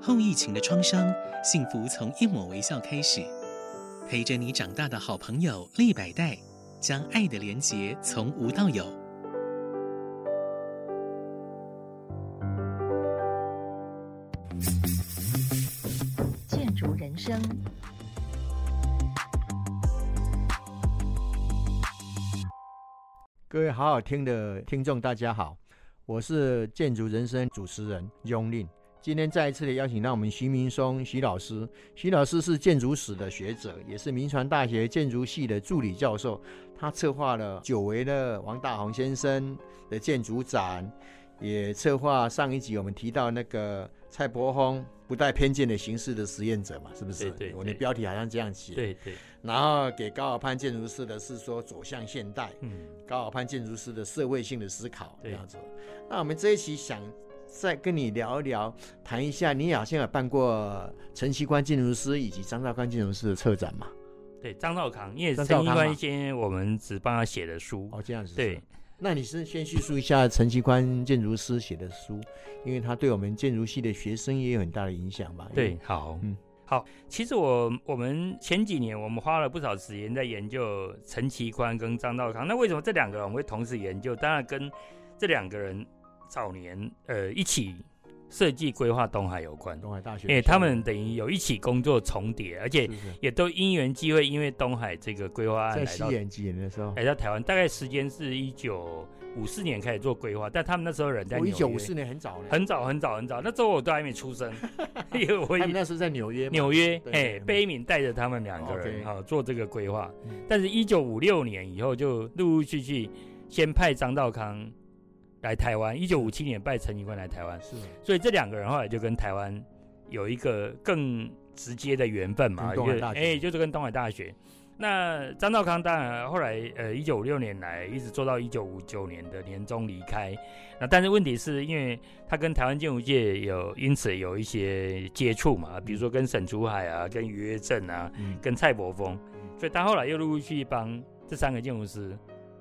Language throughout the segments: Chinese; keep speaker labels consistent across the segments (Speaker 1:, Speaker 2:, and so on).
Speaker 1: 后疫情的创伤，幸福从一抹微笑开始。陪着你长大的好朋友立百代，将爱的连结从无到有。
Speaker 2: 建筑人生，
Speaker 3: 各位好好听的听众，大家好，我是建筑人生主持人雍令。今天再一次的邀请到我们徐明松徐老师，徐老师是建筑史的学者，也是民传大学建筑系的助理教授。他策划了久违的王大闳先生的建筑展，也策划上一集我们提到那个蔡伯峰不带偏见的形式的实验者嘛，是不是？
Speaker 4: 对对对
Speaker 3: 我的标题好像这样写。。
Speaker 4: 对对，
Speaker 3: 然后给高尔潘建筑师的是说走向现代。
Speaker 4: 嗯，
Speaker 3: 高尔潘建筑师的社会性的思考这
Speaker 4: 对
Speaker 3: 样子。那我们这一期想再跟你聊一聊，谈一下，你好像有办过陈其宽建筑师以及张兆宽建筑师的策展嘛？
Speaker 4: 对，张兆康，因为
Speaker 3: 张
Speaker 4: 陈
Speaker 3: 兆
Speaker 4: 一
Speaker 3: 康嘛
Speaker 4: 宽先我们只帮他写的书，
Speaker 3: 哦，这样子。
Speaker 4: 对。
Speaker 3: 那你是先叙述一下陈其宽建筑师写的书，因为他对我们建筑系的学生也有很大的影响吧？因
Speaker 4: 对
Speaker 3: 为，，
Speaker 4: 好，
Speaker 3: 嗯
Speaker 4: 嗯，好。其实我我们前几年我们花了不少时间在研究陈其宽跟张道康，那为什么这两个人我们会同时研究？当然跟这两个人早年呃一起设计规划东海有关，
Speaker 3: 东海大学，
Speaker 4: 因为他们等于有一起工作重叠，而
Speaker 3: 是
Speaker 4: 且
Speaker 3: 不是
Speaker 4: 也都因缘机会，因为东海这个规划案
Speaker 3: 在
Speaker 4: 来
Speaker 3: 西
Speaker 4: 到哎
Speaker 3: 演几年的时候，
Speaker 4: 来到台湾，大概时间是一九五四年开始做规划，但他们那时候人在
Speaker 3: 我
Speaker 4: 纽
Speaker 3: 哦一
Speaker 4: 约，
Speaker 3: 九五四年很早了，
Speaker 4: 很早很早很早，那时候我都还没出 生，因为我
Speaker 3: 他们
Speaker 4: 已
Speaker 3: 那时候在纽约嘛，
Speaker 4: 纽约，
Speaker 3: 对
Speaker 4: 哎，
Speaker 3: 嗯
Speaker 4: 贝敏带着他们两个
Speaker 3: OK
Speaker 4: 人哈、做这个规划
Speaker 3: 嗯，
Speaker 4: 但是，一九五六年以后就陆陆续续先派张道康来台湾，一九五七年派陈其宽来台湾，
Speaker 3: 是
Speaker 4: 所以这两个人后来就跟台湾有一个更直接的缘分嘛，
Speaker 3: 跟东海
Speaker 4: 一个
Speaker 3: 大学
Speaker 4: 哎、就是跟东海大学。那张兆康当然后来呃，一九五六年来一直做到一九五九年的年终离开。那但是问题是因为他跟台湾建筑界有因此有一些接触嘛，比如说跟沈竹海啊、跟于跃正啊、
Speaker 3: 嗯
Speaker 4: 跟蔡伯峰，所以他后来又陆陆续续帮这三个建筑师，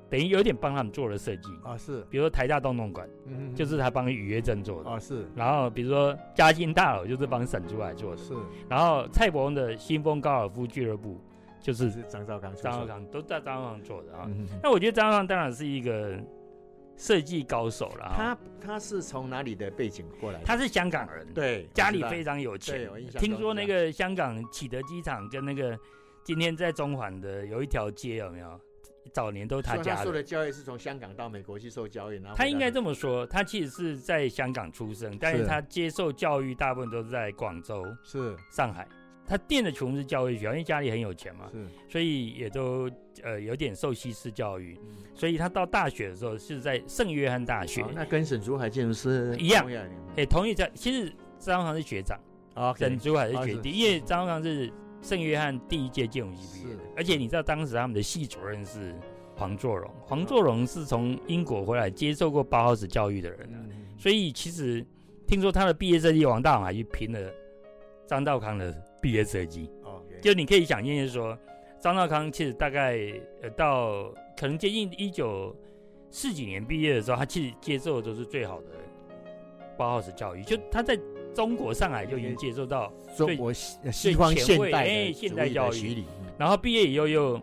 Speaker 4: 等于有点帮他们做了设计。
Speaker 3: 啊是，
Speaker 4: 比如说台大洞洞馆，
Speaker 3: 嗯
Speaker 4: 就是他帮于跃正做的。
Speaker 3: 啊是
Speaker 4: 然后比如说嘉兴大楼就是帮沈珠海做的，
Speaker 3: 是
Speaker 4: 然后蔡伯翁的新丰高尔夫俱乐部就是
Speaker 3: 是张兆康出手
Speaker 4: 张浩康都在张浩康做的啊。
Speaker 3: 嗯
Speaker 4: 那我觉得张浩康当然是一个设计高手了啊，
Speaker 3: 他他是从哪里的背景过来的？
Speaker 4: 他是香港人，，
Speaker 3: 对
Speaker 4: 家里非
Speaker 3: 常
Speaker 4: 常有钱
Speaker 3: 对我印，象中
Speaker 4: 听说那个香港启德机场跟那个今天在中环的有一条街有没有？早年都他
Speaker 3: 他
Speaker 4: 家
Speaker 3: 受
Speaker 4: 的。
Speaker 3: 的教育是从香港到美国去受教育，然后
Speaker 4: 他应该
Speaker 3: 这
Speaker 4: 这么说，他其实是在香港出生，但是
Speaker 3: 是
Speaker 4: 他接受教育大部分都是在广州、
Speaker 3: 是
Speaker 4: 上海。他念的穷是教育学校，因为家里很有钱嘛，
Speaker 3: 是
Speaker 4: 所以也都呃有点受西式教育，
Speaker 3: 嗯
Speaker 4: 所以他到大学的时候是在圣约翰大学
Speaker 3: 好，那跟沈竹海建筑师
Speaker 4: 一样
Speaker 3: 同年
Speaker 4: 哎，同一家。其实张康是学长，沈
Speaker 3: ，OK，
Speaker 4: 珠海是学
Speaker 3: 啊是
Speaker 4: 弟，因为张康是圣约翰第一届建筑系毕业的
Speaker 3: 是，
Speaker 4: 而且你知道当时他们的系主任是黄作荣，黄
Speaker 3: 嗯
Speaker 4: 作荣是从英国回来接受过包豪斯教育的人啊，
Speaker 3: 嗯
Speaker 4: 所以其实听说他的毕业设计王大马去拼了张道康的毕业设计。
Speaker 3: ，OK，
Speaker 4: 就你可以想象，就是说张道康其实大概呃到可能接近一九四几年毕业的时候，他其实接受的都是最好的呃包豪斯教育，就他在中国上海就已经接受到，
Speaker 3: 中国西呃西方现代
Speaker 4: 前
Speaker 3: 的
Speaker 4: 卫哎现代教育
Speaker 3: 主义的洗礼，嗯
Speaker 4: 然后毕业以后又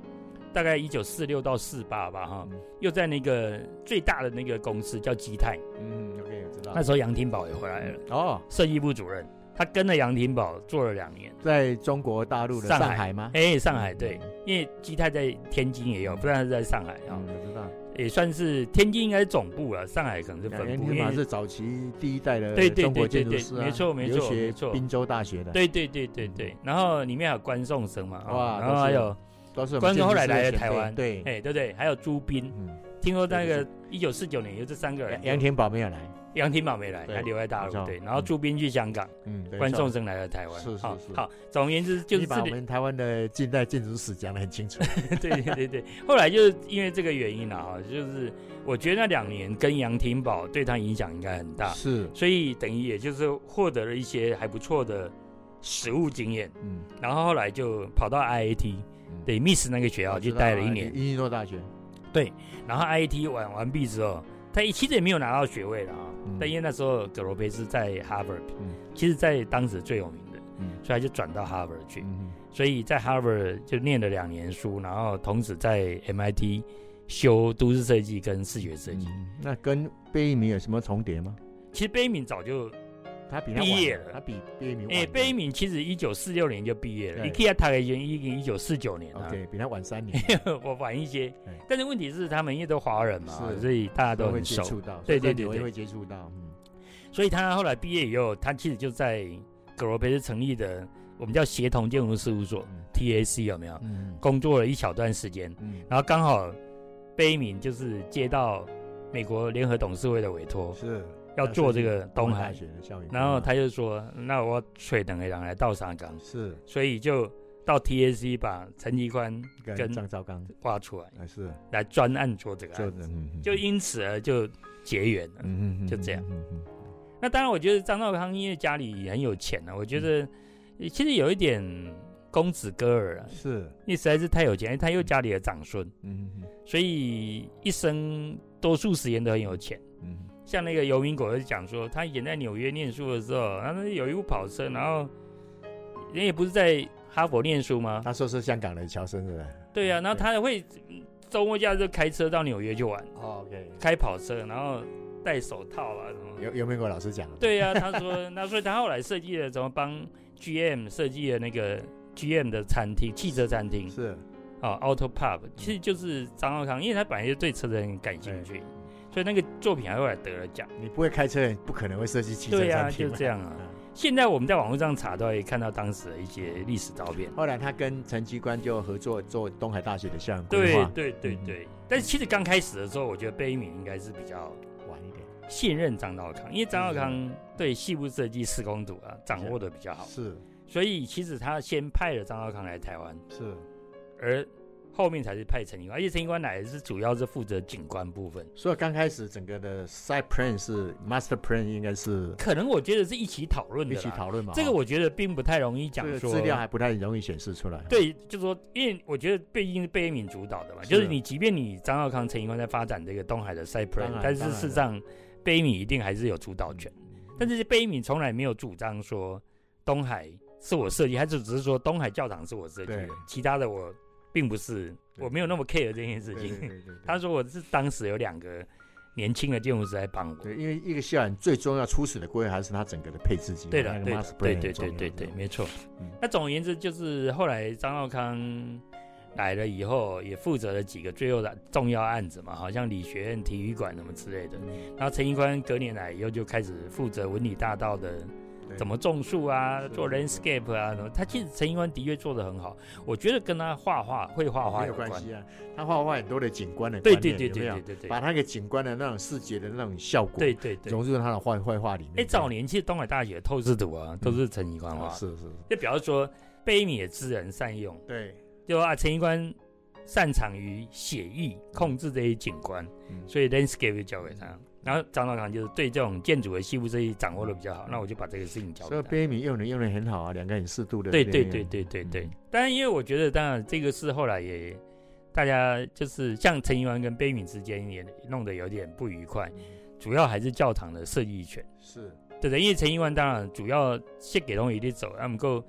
Speaker 4: 大概一九四六到四八吧哈
Speaker 3: 嗯，
Speaker 4: 又在那个最大的那个公司叫基泰，
Speaker 3: 嗯，OK，我知道
Speaker 4: 那时候杨廷宝也回来了，
Speaker 3: 哦，
Speaker 4: 设计部主任，他跟了杨廷宝做了两年。
Speaker 3: 在中国大陆的上
Speaker 4: 上海
Speaker 3: 海吗？
Speaker 4: 哎，上海对，因为基泰在天津也有，不然是在上海啊。
Speaker 3: 嗯，我知道，
Speaker 4: 也算是天津应该是总部了，上海可能是分
Speaker 3: 杨
Speaker 4: 部。
Speaker 3: 天马
Speaker 4: 因为
Speaker 3: 是早期第一代的
Speaker 4: 对对对
Speaker 3: 中国
Speaker 4: 对
Speaker 3: 建筑
Speaker 4: 对
Speaker 3: 师啊，
Speaker 4: 没错没错
Speaker 3: 留学
Speaker 4: 没错
Speaker 3: 滨州大学的，
Speaker 4: 对对对对对，然后里面还有关颂声嘛，
Speaker 3: 嗯哇
Speaker 4: 哇，然后还有
Speaker 3: 都是我们
Speaker 4: 关
Speaker 3: 建
Speaker 4: 众
Speaker 3: 筑
Speaker 4: 后
Speaker 3: 师
Speaker 4: 来来
Speaker 3: 的
Speaker 4: 了
Speaker 3: 前
Speaker 4: 台
Speaker 3: 辈
Speaker 4: 湾
Speaker 3: 对，
Speaker 4: 哎对对，还有朱斌，
Speaker 3: 嗯，
Speaker 4: 听说那
Speaker 3: 对
Speaker 4: 个一九四九年有这三个人
Speaker 3: 杨，杨天宝没有来，
Speaker 4: 杨廷宝没来，
Speaker 3: 对
Speaker 4: 他留在大
Speaker 3: 没错
Speaker 4: 陆，对，然后朱斌去香港，
Speaker 3: 嗯，对
Speaker 4: 关颂声来了台湾，
Speaker 3: 是是
Speaker 4: 好
Speaker 3: 是
Speaker 4: 好，总而言之就是
Speaker 3: 你把
Speaker 4: 这
Speaker 3: 我
Speaker 4: 里，
Speaker 3: 们台湾的近代建筑史讲得很清 楚。
Speaker 4: 对对对对，后来就是因为这个原因了啊，就是我觉得那两年跟杨廷宝对他影响应该很大，
Speaker 3: 是，
Speaker 4: 所以等于也就是获得了一些还不错的实务经验。
Speaker 3: 嗯，
Speaker 4: 然后后来就跑到 IAT，
Speaker 3: 嗯，
Speaker 4: 对 Miss 那个学校
Speaker 3: 我
Speaker 4: 去
Speaker 3: 知道
Speaker 4: 待了
Speaker 3: 啊
Speaker 4: 一年。
Speaker 3: 伊利诺大学，
Speaker 4: 然后 IAT 玩完毕之后，他也其实也没有拿到学位了啊、
Speaker 3: 嗯
Speaker 4: 但因为那时候葛罗培是在哈佛，
Speaker 3: 嗯
Speaker 4: 其实在当时最有名的，
Speaker 3: 嗯
Speaker 4: 所以他就转到哈佛去。
Speaker 3: 嗯
Speaker 4: 所以在哈佛就念了两年书，然后同时在 MIT 修都市设计跟视觉设
Speaker 3: 嗯
Speaker 4: 计。
Speaker 3: 嗯，那跟贝聿铭有什么重叠吗？
Speaker 4: 其实贝聿铭早就，
Speaker 3: 他比他
Speaker 4: 毕
Speaker 3: 晚
Speaker 4: 业了
Speaker 3: 他比贝聿铭晚
Speaker 4: 哎、
Speaker 3: 了，
Speaker 4: 贝聿铭其实一九四六年就毕业了，
Speaker 3: 对
Speaker 4: 你可以他已经一一九四九年了、
Speaker 3: OK 比他晚 三年，
Speaker 4: 我晚一些
Speaker 3: 对。
Speaker 4: 但是问题是，他们因为都华人嘛
Speaker 3: 哎是，
Speaker 4: 所以大家都
Speaker 3: 都会
Speaker 4: 很
Speaker 3: 接
Speaker 4: 熟。
Speaker 3: 触到，
Speaker 4: 对
Speaker 3: 所以
Speaker 4: 对对
Speaker 3: 纽约
Speaker 4: 对
Speaker 3: 会接触到，嗯
Speaker 4: 所以他后来毕业以后，他其实就在葛罗培斯成立的我们叫协同建筑事务所
Speaker 3: 嗯
Speaker 4: TAC 有没有？
Speaker 3: 嗯
Speaker 4: 工作了一小段时间，
Speaker 3: 嗯，
Speaker 4: 然后刚好贝聿铭就是接到美国联合董事会的委托，
Speaker 3: 是
Speaker 4: 要做这个东
Speaker 3: 海大
Speaker 4: 海，
Speaker 3: 学的校园规划，
Speaker 4: 然后他就说：“那我水等个人来到上港。
Speaker 3: 是”
Speaker 4: 所以就到 TAC 把陈其宽
Speaker 3: 跟
Speaker 4: 跟
Speaker 3: 张绍刚
Speaker 4: 挖出来，
Speaker 3: 还是
Speaker 4: 来专案做这个
Speaker 3: 就
Speaker 4: 案
Speaker 3: 嗯
Speaker 4: 子，
Speaker 3: 嗯嗯
Speaker 4: 就因此而就结缘了。
Speaker 3: 嗯嗯嗯
Speaker 4: 就这样
Speaker 3: 嗯嗯
Speaker 4: 那当然，我觉得张兆康因为家里很有钱了、啊我觉得呃其实有一点公子哥儿啊
Speaker 3: 嗯，是
Speaker 4: 因为实在是太有钱，因为他又家里的长孙，
Speaker 3: 嗯嗯
Speaker 4: 所以一生多数时间都很有钱。
Speaker 3: 嗯
Speaker 4: 像那个尤明狗就讲说，他以前在纽约念书的时候，然后他有一部跑车，然后人也不是在哈佛念书
Speaker 3: 嗯，？
Speaker 4: 吗
Speaker 3: 他说是香港的乔生是吧？
Speaker 4: 对啊，然后他会嗯周末假就开车到纽约去玩，
Speaker 3: 哦 OK，
Speaker 4: 开跑车，然后戴手套啊什么。
Speaker 3: 有有没有跟我老师讲？
Speaker 4: 对啊，他说，那所以他后来设计了怎么帮 GM 设计了那个 GM 的餐厅，汽车餐厅
Speaker 3: 是
Speaker 4: 啊、a u t o Pub，其实就是张浩康，因为他本来就对车子很感兴趣，所以那个作品还后来得了奖。
Speaker 3: 你不会开车，也不可能会设计汽车
Speaker 4: 对
Speaker 3: 餐
Speaker 4: 啊，就
Speaker 3: 厅嘛。
Speaker 4: 这样啊。现在我们在网络上查都可以看到当时的一些历史照片。
Speaker 3: 后来他跟陈机关就合作做东海大学的校园规
Speaker 4: 对
Speaker 3: 划，
Speaker 4: 对对对，嗯但是其实刚开始的时候，我觉得贝聿铭应该是比较
Speaker 3: 晚一点
Speaker 4: 信任张道康，因为张道康对细部设计施工图啊掌握的比较好，
Speaker 3: 是
Speaker 4: 所以其实他先派了张道康来台湾，
Speaker 3: 是
Speaker 4: 而后面才是派陈警官，而且陈警官来是主要是负责景观部分，
Speaker 3: 所以刚开始整个的 side plan 是 master plan 应该是
Speaker 4: 可能我觉得是一起讨论的
Speaker 3: 一
Speaker 4: 啦，
Speaker 3: 起讨论嘛。
Speaker 4: 这个
Speaker 3: 哦
Speaker 4: 我觉得并不太容易讲
Speaker 3: 这个
Speaker 4: 说啊
Speaker 3: 资料还不太容易显示出来。，
Speaker 4: 对，就说，因为我觉得毕竟是贝聿铭主导的嘛，
Speaker 3: 是
Speaker 4: 就是你即便你张浩康、陈寅恪在发展这个东海的 side
Speaker 3: 当
Speaker 4: plan，
Speaker 3: 然嗯
Speaker 4: 但是
Speaker 3: 当然
Speaker 4: 事实上贝聿铭一定还是有主导权。但是贝聿铭从来没有主张说东海是我设计，他就只是说东海教堂是我设计的
Speaker 3: 对，
Speaker 4: 其他的我并不是，
Speaker 3: 对
Speaker 4: 我没有那么 care 这
Speaker 3: 对
Speaker 4: 件事
Speaker 3: 对对
Speaker 4: 情。
Speaker 3: 对对
Speaker 4: 他说我是当时有两个年轻的建筑师来帮我。
Speaker 3: 对，因为一个校园最重要初始的规划还是它整个的配置机嘛，
Speaker 4: 对
Speaker 3: 那
Speaker 4: 的，
Speaker 3: 个
Speaker 4: 对
Speaker 3: master
Speaker 4: 的，
Speaker 3: plan
Speaker 4: 对
Speaker 3: 很
Speaker 4: 对
Speaker 3: 重
Speaker 4: 对
Speaker 3: 要
Speaker 4: 对对，没错
Speaker 3: 嗯。
Speaker 4: 那总而言之，就是后来张浩康来了以后，也负责了几个最后的重要案子嘛，好像理学院、体育馆什么之类的。
Speaker 3: 嗯
Speaker 4: 然后陈一宽隔年来以后，就开始负责文理大道的
Speaker 3: 对
Speaker 4: 怎么种树啊
Speaker 3: 是，
Speaker 4: 做 landscape 啊什么。他其实陈一宽的确做得很好，我觉得跟他画画、会画画
Speaker 3: 没
Speaker 4: 有
Speaker 3: 有
Speaker 4: 关
Speaker 3: 关。系啊？他画画很多的景观的
Speaker 4: 对
Speaker 3: 观
Speaker 4: 对
Speaker 3: 念
Speaker 4: 对
Speaker 3: 有没
Speaker 4: 对
Speaker 3: 有
Speaker 4: 对对对
Speaker 3: 把那个景观的那种视觉的那种效果，
Speaker 4: 对对对。
Speaker 3: 融入到他的画绘画里面。
Speaker 4: 哎，早年其实东海大学透视图啊，都是陈一宽
Speaker 3: 哦
Speaker 4: 画的。
Speaker 3: 是是，是
Speaker 4: 就比方说，贝聿铭也知人善用。
Speaker 3: 对，
Speaker 4: 就啊，陈一官擅长于写意、控制这些景观，
Speaker 3: 嗯
Speaker 4: 所以 landscape 就交给他。然后张道康就是对这种建筑的细部设计掌握的比较好，那我就把这个事情交
Speaker 3: 所
Speaker 4: 给
Speaker 3: 以
Speaker 4: 他。
Speaker 3: 贝聿铭用的用的很好啊，两个很适度的。
Speaker 4: 对对对对对对
Speaker 3: 嗯。
Speaker 4: 当然，因为我觉得，当然这个事后来也大家就是像陈一官跟贝敏之间也弄得有点不愉快，主要还是教堂的设计权。
Speaker 3: 是
Speaker 4: 对的，因为陈一万当然主要先给东西的走，那么够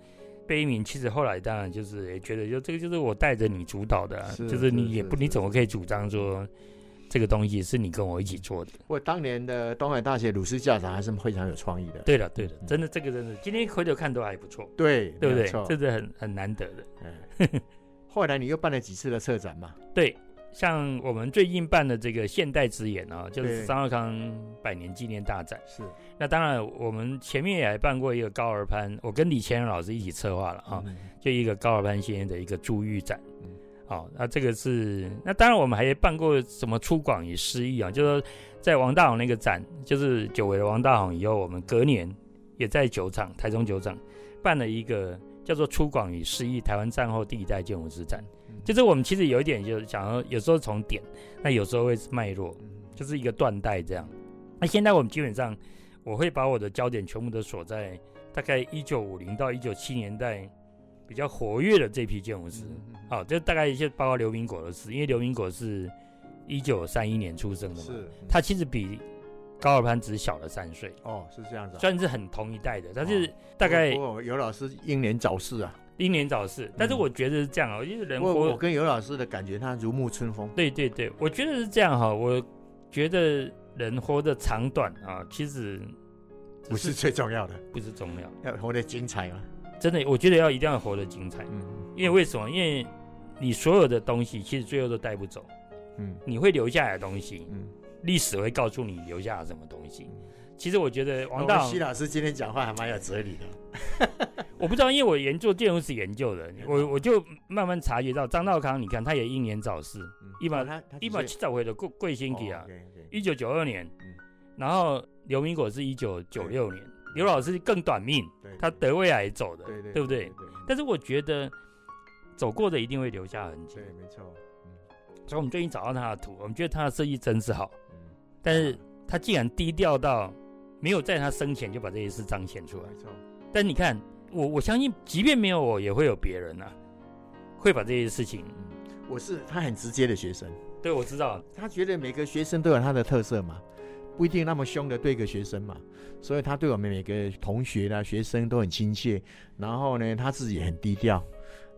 Speaker 4: 贝聿铭其实后来当然就是也觉得就这个就是我带着你主导的、啊，
Speaker 3: 是
Speaker 4: 就是
Speaker 3: 是
Speaker 4: 你也
Speaker 3: 是
Speaker 4: 不你
Speaker 3: 是
Speaker 4: 怎么可以主张说这个东西是你跟我一起做的？
Speaker 3: 不过当年的东海大学鲁斯教堂还是非常有创意的。
Speaker 4: 对了对了，
Speaker 3: 嗯
Speaker 4: 真的这个真的今天回头看都还不错，
Speaker 3: 对
Speaker 4: 对不
Speaker 3: 没有
Speaker 4: 对？
Speaker 3: 错
Speaker 4: 这是很很难得的。
Speaker 3: 嗯 后来你又办了几次的策展嘛？
Speaker 4: 对，像我们最近办的这个现代之眼啊，就
Speaker 3: 对
Speaker 4: 是张浩康百年纪念大展。
Speaker 3: 是
Speaker 4: 那当然，我们前面也还办过一个高尔潘，我跟李千仁老师一起策划了啊。，就一个高尔班先生的一个珠玉展
Speaker 3: 嗯。
Speaker 4: 好、那这个是那当然，我们还办过什么出广与诗意啊，就是说在王大宏那个展，就是久违了王大宏以后，我们隔年也在酒厂台中酒厂办了一个叫做“出广与诗意：台湾战后第一代建筑师展”，
Speaker 3: 嗯
Speaker 4: 就是我们其实有一点就是想要有时候从点，那有时候会是脉络，就是一个断代这样。那现在我们基本上，我会把我的焦点全部都锁在大概一九五零到一九七年代比较活跃的这批建筑师。
Speaker 3: 嗯嗯嗯
Speaker 4: 好、这大概就包括刘明果的事，因为刘明果是一九三一年出生的嘛，
Speaker 3: 是
Speaker 4: 他其实比高尔潘只小了三岁，
Speaker 3: 哦，是这样子、啊。啊
Speaker 4: 虽然是很同一代的，但是大概
Speaker 3: 不过尤老师英年早逝啊，
Speaker 4: 英年早逝。但是我觉得是这样啊，我觉得人
Speaker 3: 我我
Speaker 4: 活，
Speaker 3: 跟尤老师的感觉，他如沐春风。
Speaker 4: 对对对，我觉得是这样哈、我觉得人活的长短啊，其实只
Speaker 3: 不是最重要的，
Speaker 4: 不是重要，
Speaker 3: 要活得精彩嘛。
Speaker 4: 真的，我觉得要一定要活得精彩，
Speaker 3: 嗯
Speaker 4: 因为为什么？因为你所有的东西其实最后都带不走，
Speaker 3: 嗯
Speaker 4: 你会留下来的东西，
Speaker 3: 嗯。
Speaker 4: 历史会告诉你留下了什么东西
Speaker 3: 嗯。哦
Speaker 4: 其实我觉得王嗯
Speaker 3: 我
Speaker 4: 大
Speaker 3: 们
Speaker 4: 王
Speaker 3: 徐老师今天讲话还蛮有哲理的。
Speaker 4: 我不知道，因为我研究建筑史研究的，我我就慢慢察觉到张道康，你看他也英年早逝，一百
Speaker 3: 哦他他
Speaker 4: 一百七十回的贵贵
Speaker 3: 零
Speaker 4: 星体啊，
Speaker 3: ，OK，OK
Speaker 4: 一九九二年
Speaker 3: 哦嗯，
Speaker 4: 然后刘明果是一九九六年，刘老师更短命，
Speaker 3: 对
Speaker 4: 他得胃癌走的，
Speaker 3: 对对
Speaker 4: 对不对？？
Speaker 3: 对
Speaker 4: 但是我觉得走过的一定会留下痕迹，
Speaker 3: 对，没错。
Speaker 4: 所以我们最近找到他的图，我们觉得他的设计真是好，
Speaker 3: 嗯，
Speaker 4: 但是他竟然低调到没有在他生前就把这些事彰显出来。
Speaker 3: 没错，
Speaker 4: 但你看，我我相信，即便没有我，也会有别人啊，会把这些事情。
Speaker 3: 我是他很直接的学生，
Speaker 4: 对，我知道，
Speaker 3: 他觉得每个学生都有他的特色嘛，不一定那么凶的对一个学生嘛，所以他对我们每个同学啦、学生都很亲切。然后呢，他自己也很低调。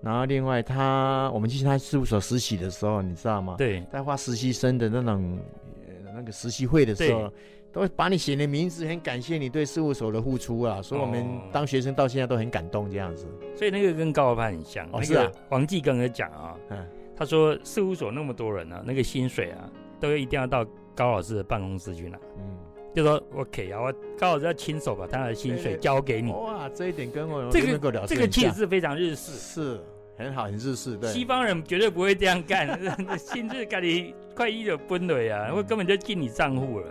Speaker 3: 然后另外他，我们去他事务所实习的时候，你知道吗？
Speaker 4: 对
Speaker 3: 在画实习生的那种、呃、那个实习会的时候，都会把你写的名字，很感谢你对事务所的付出啊，所以我们
Speaker 4: 哦
Speaker 3: 当学生到现在都很感动这样子。
Speaker 4: 所以那个跟高尔潘很像。
Speaker 3: 哦
Speaker 4: 那
Speaker 3: 是
Speaker 4: 个
Speaker 3: 啊
Speaker 4: 王继刚才讲啊，
Speaker 3: 嗯，
Speaker 4: 他说事务所那么多人啊，那个薪水啊，都一定要到高老师的办公室去拿。
Speaker 3: 嗯，
Speaker 4: 就说 OK 啊，我高老师要亲手把他的薪水
Speaker 3: 对对
Speaker 4: 交给你，
Speaker 3: 哇，这一点跟我
Speaker 4: 嗯这个
Speaker 3: 跟我老师
Speaker 4: 这个
Speaker 3: 很
Speaker 4: 其
Speaker 3: 像
Speaker 4: 实是非常日式，
Speaker 3: 是很好，很日式，对，
Speaker 4: 西方人绝对不会这样干， 薪水给你快一点分了呀，
Speaker 3: 嗯
Speaker 4: 我根本就进你账户了，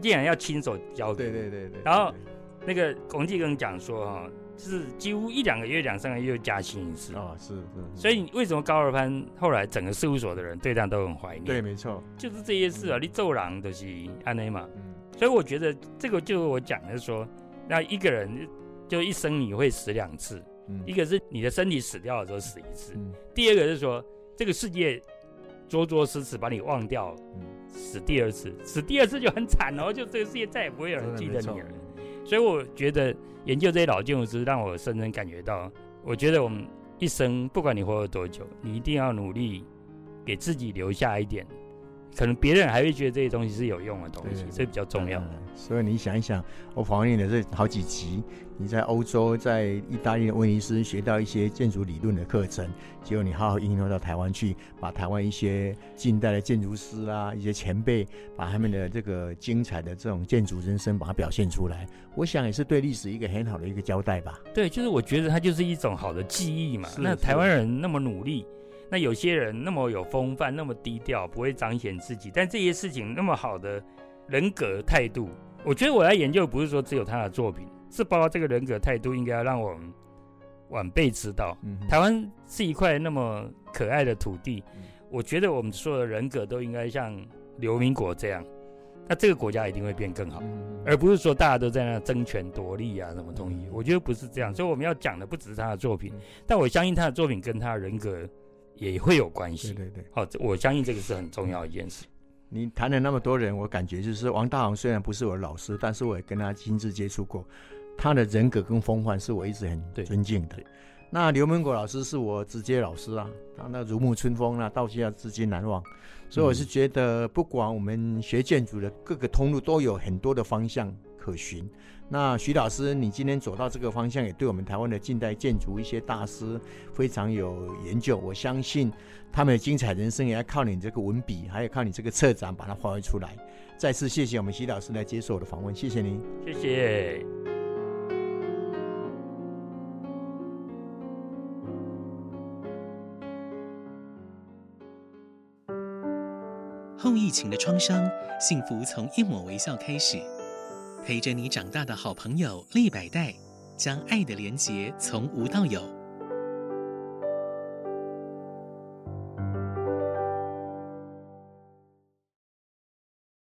Speaker 4: 竟然要亲手交给
Speaker 3: 对
Speaker 4: 你。
Speaker 3: 对对对。
Speaker 4: 嗯然后
Speaker 3: 对
Speaker 4: 那个龚继跟讲说哈、就是几乎一两个月、两三个月就加薪一次。
Speaker 3: 对哦，是是，是
Speaker 4: 所以你为什么高尔潘后来整个事务所的人对他都很怀念？
Speaker 3: 对，，没嗯错，
Speaker 4: 就是这些事啊，你揍狼都是安内嘛。
Speaker 3: 嗯，
Speaker 4: 所以我觉得这个就是我讲的说，那一个人就一生你会死两次，
Speaker 3: 嗯
Speaker 4: 一个是你的身体死掉的时候死一次，
Speaker 3: 嗯
Speaker 4: 第二个是说这个世界着着实实把你忘掉，
Speaker 3: 嗯，
Speaker 4: 死第二次，死第二次就很惨哦，就这个世界再也不会有人记得
Speaker 3: 真的
Speaker 4: 你
Speaker 3: 没
Speaker 4: 了
Speaker 3: 错。
Speaker 4: 所以我觉得研究这些老建筑师，让我深深感觉到，我觉得我们一生不管你活了多久，你一定要努力给自己留下一点，可能别人还会觉得这些东西是有用的东西
Speaker 3: 对，
Speaker 4: 这比较重要。
Speaker 3: 嗯所以你想一想，我访问了这好几集，你在欧洲、在意大利的威尼斯学到一些建筑理论的课程，结果你好好应用到台湾去，把台湾一些近代的建筑师啊、一些前辈，把他们的这个精彩的这种建筑人生把它表现出来，我想也是对历史一个很好的一个交代吧。
Speaker 4: 对，就是我觉得它就是一种好的记忆嘛。
Speaker 3: 是
Speaker 4: 那
Speaker 3: 是
Speaker 4: 台湾人那么努力，那有些人那么有风范，那么低调，不会彰显自己，但这些事情那么好的人格态度，我觉得我来研究不是说只有他的作品，是包括这个人格态度应该要让我们晚辈知道，
Speaker 3: 嗯哼，
Speaker 4: 台湾是一块那么可爱的土地
Speaker 3: 嗯，
Speaker 4: 我觉得我们所有的人格都应该像刘明国这样，那这个国家一定会变更好。
Speaker 3: 嗯
Speaker 4: 而不是说大家都在那争权夺利啊，什么东西
Speaker 3: 嗯？
Speaker 4: 我觉得不是这样，所以我们要讲的不只是他的作品
Speaker 3: 嗯，
Speaker 4: 但我相信他的作品跟他的人格也会有关
Speaker 3: 对
Speaker 4: 系。
Speaker 3: 对对。
Speaker 4: 好，这我相信这个是很重要的一件事。
Speaker 3: 你谈了那么多人，我感觉就是王大航虽然不是我的老师，但是我也跟他亲自接触过，他的人格跟风范是我一直很
Speaker 4: 对
Speaker 3: 尊敬的。那刘文国老师是我直接老师啊，他那如沐春风啊，到现在至今难忘。所以我是
Speaker 4: 嗯
Speaker 3: 觉得，不管我们学建筑的各个通路都有很多的方向可循。那徐老师，你今天走到这个方向，也对我们台湾的近代建筑一些大师非常有研究。我相信他们的精彩人生也要靠你这个文笔，还有靠你这个策展把它发挥出来。再次谢谢我们徐老师来接受我的访问，谢谢您。
Speaker 4: 谢谢。
Speaker 1: 后疫情的创伤，幸福从一抹微笑开始。陪着你长大的好朋友利百代，将爱的连结从无到有，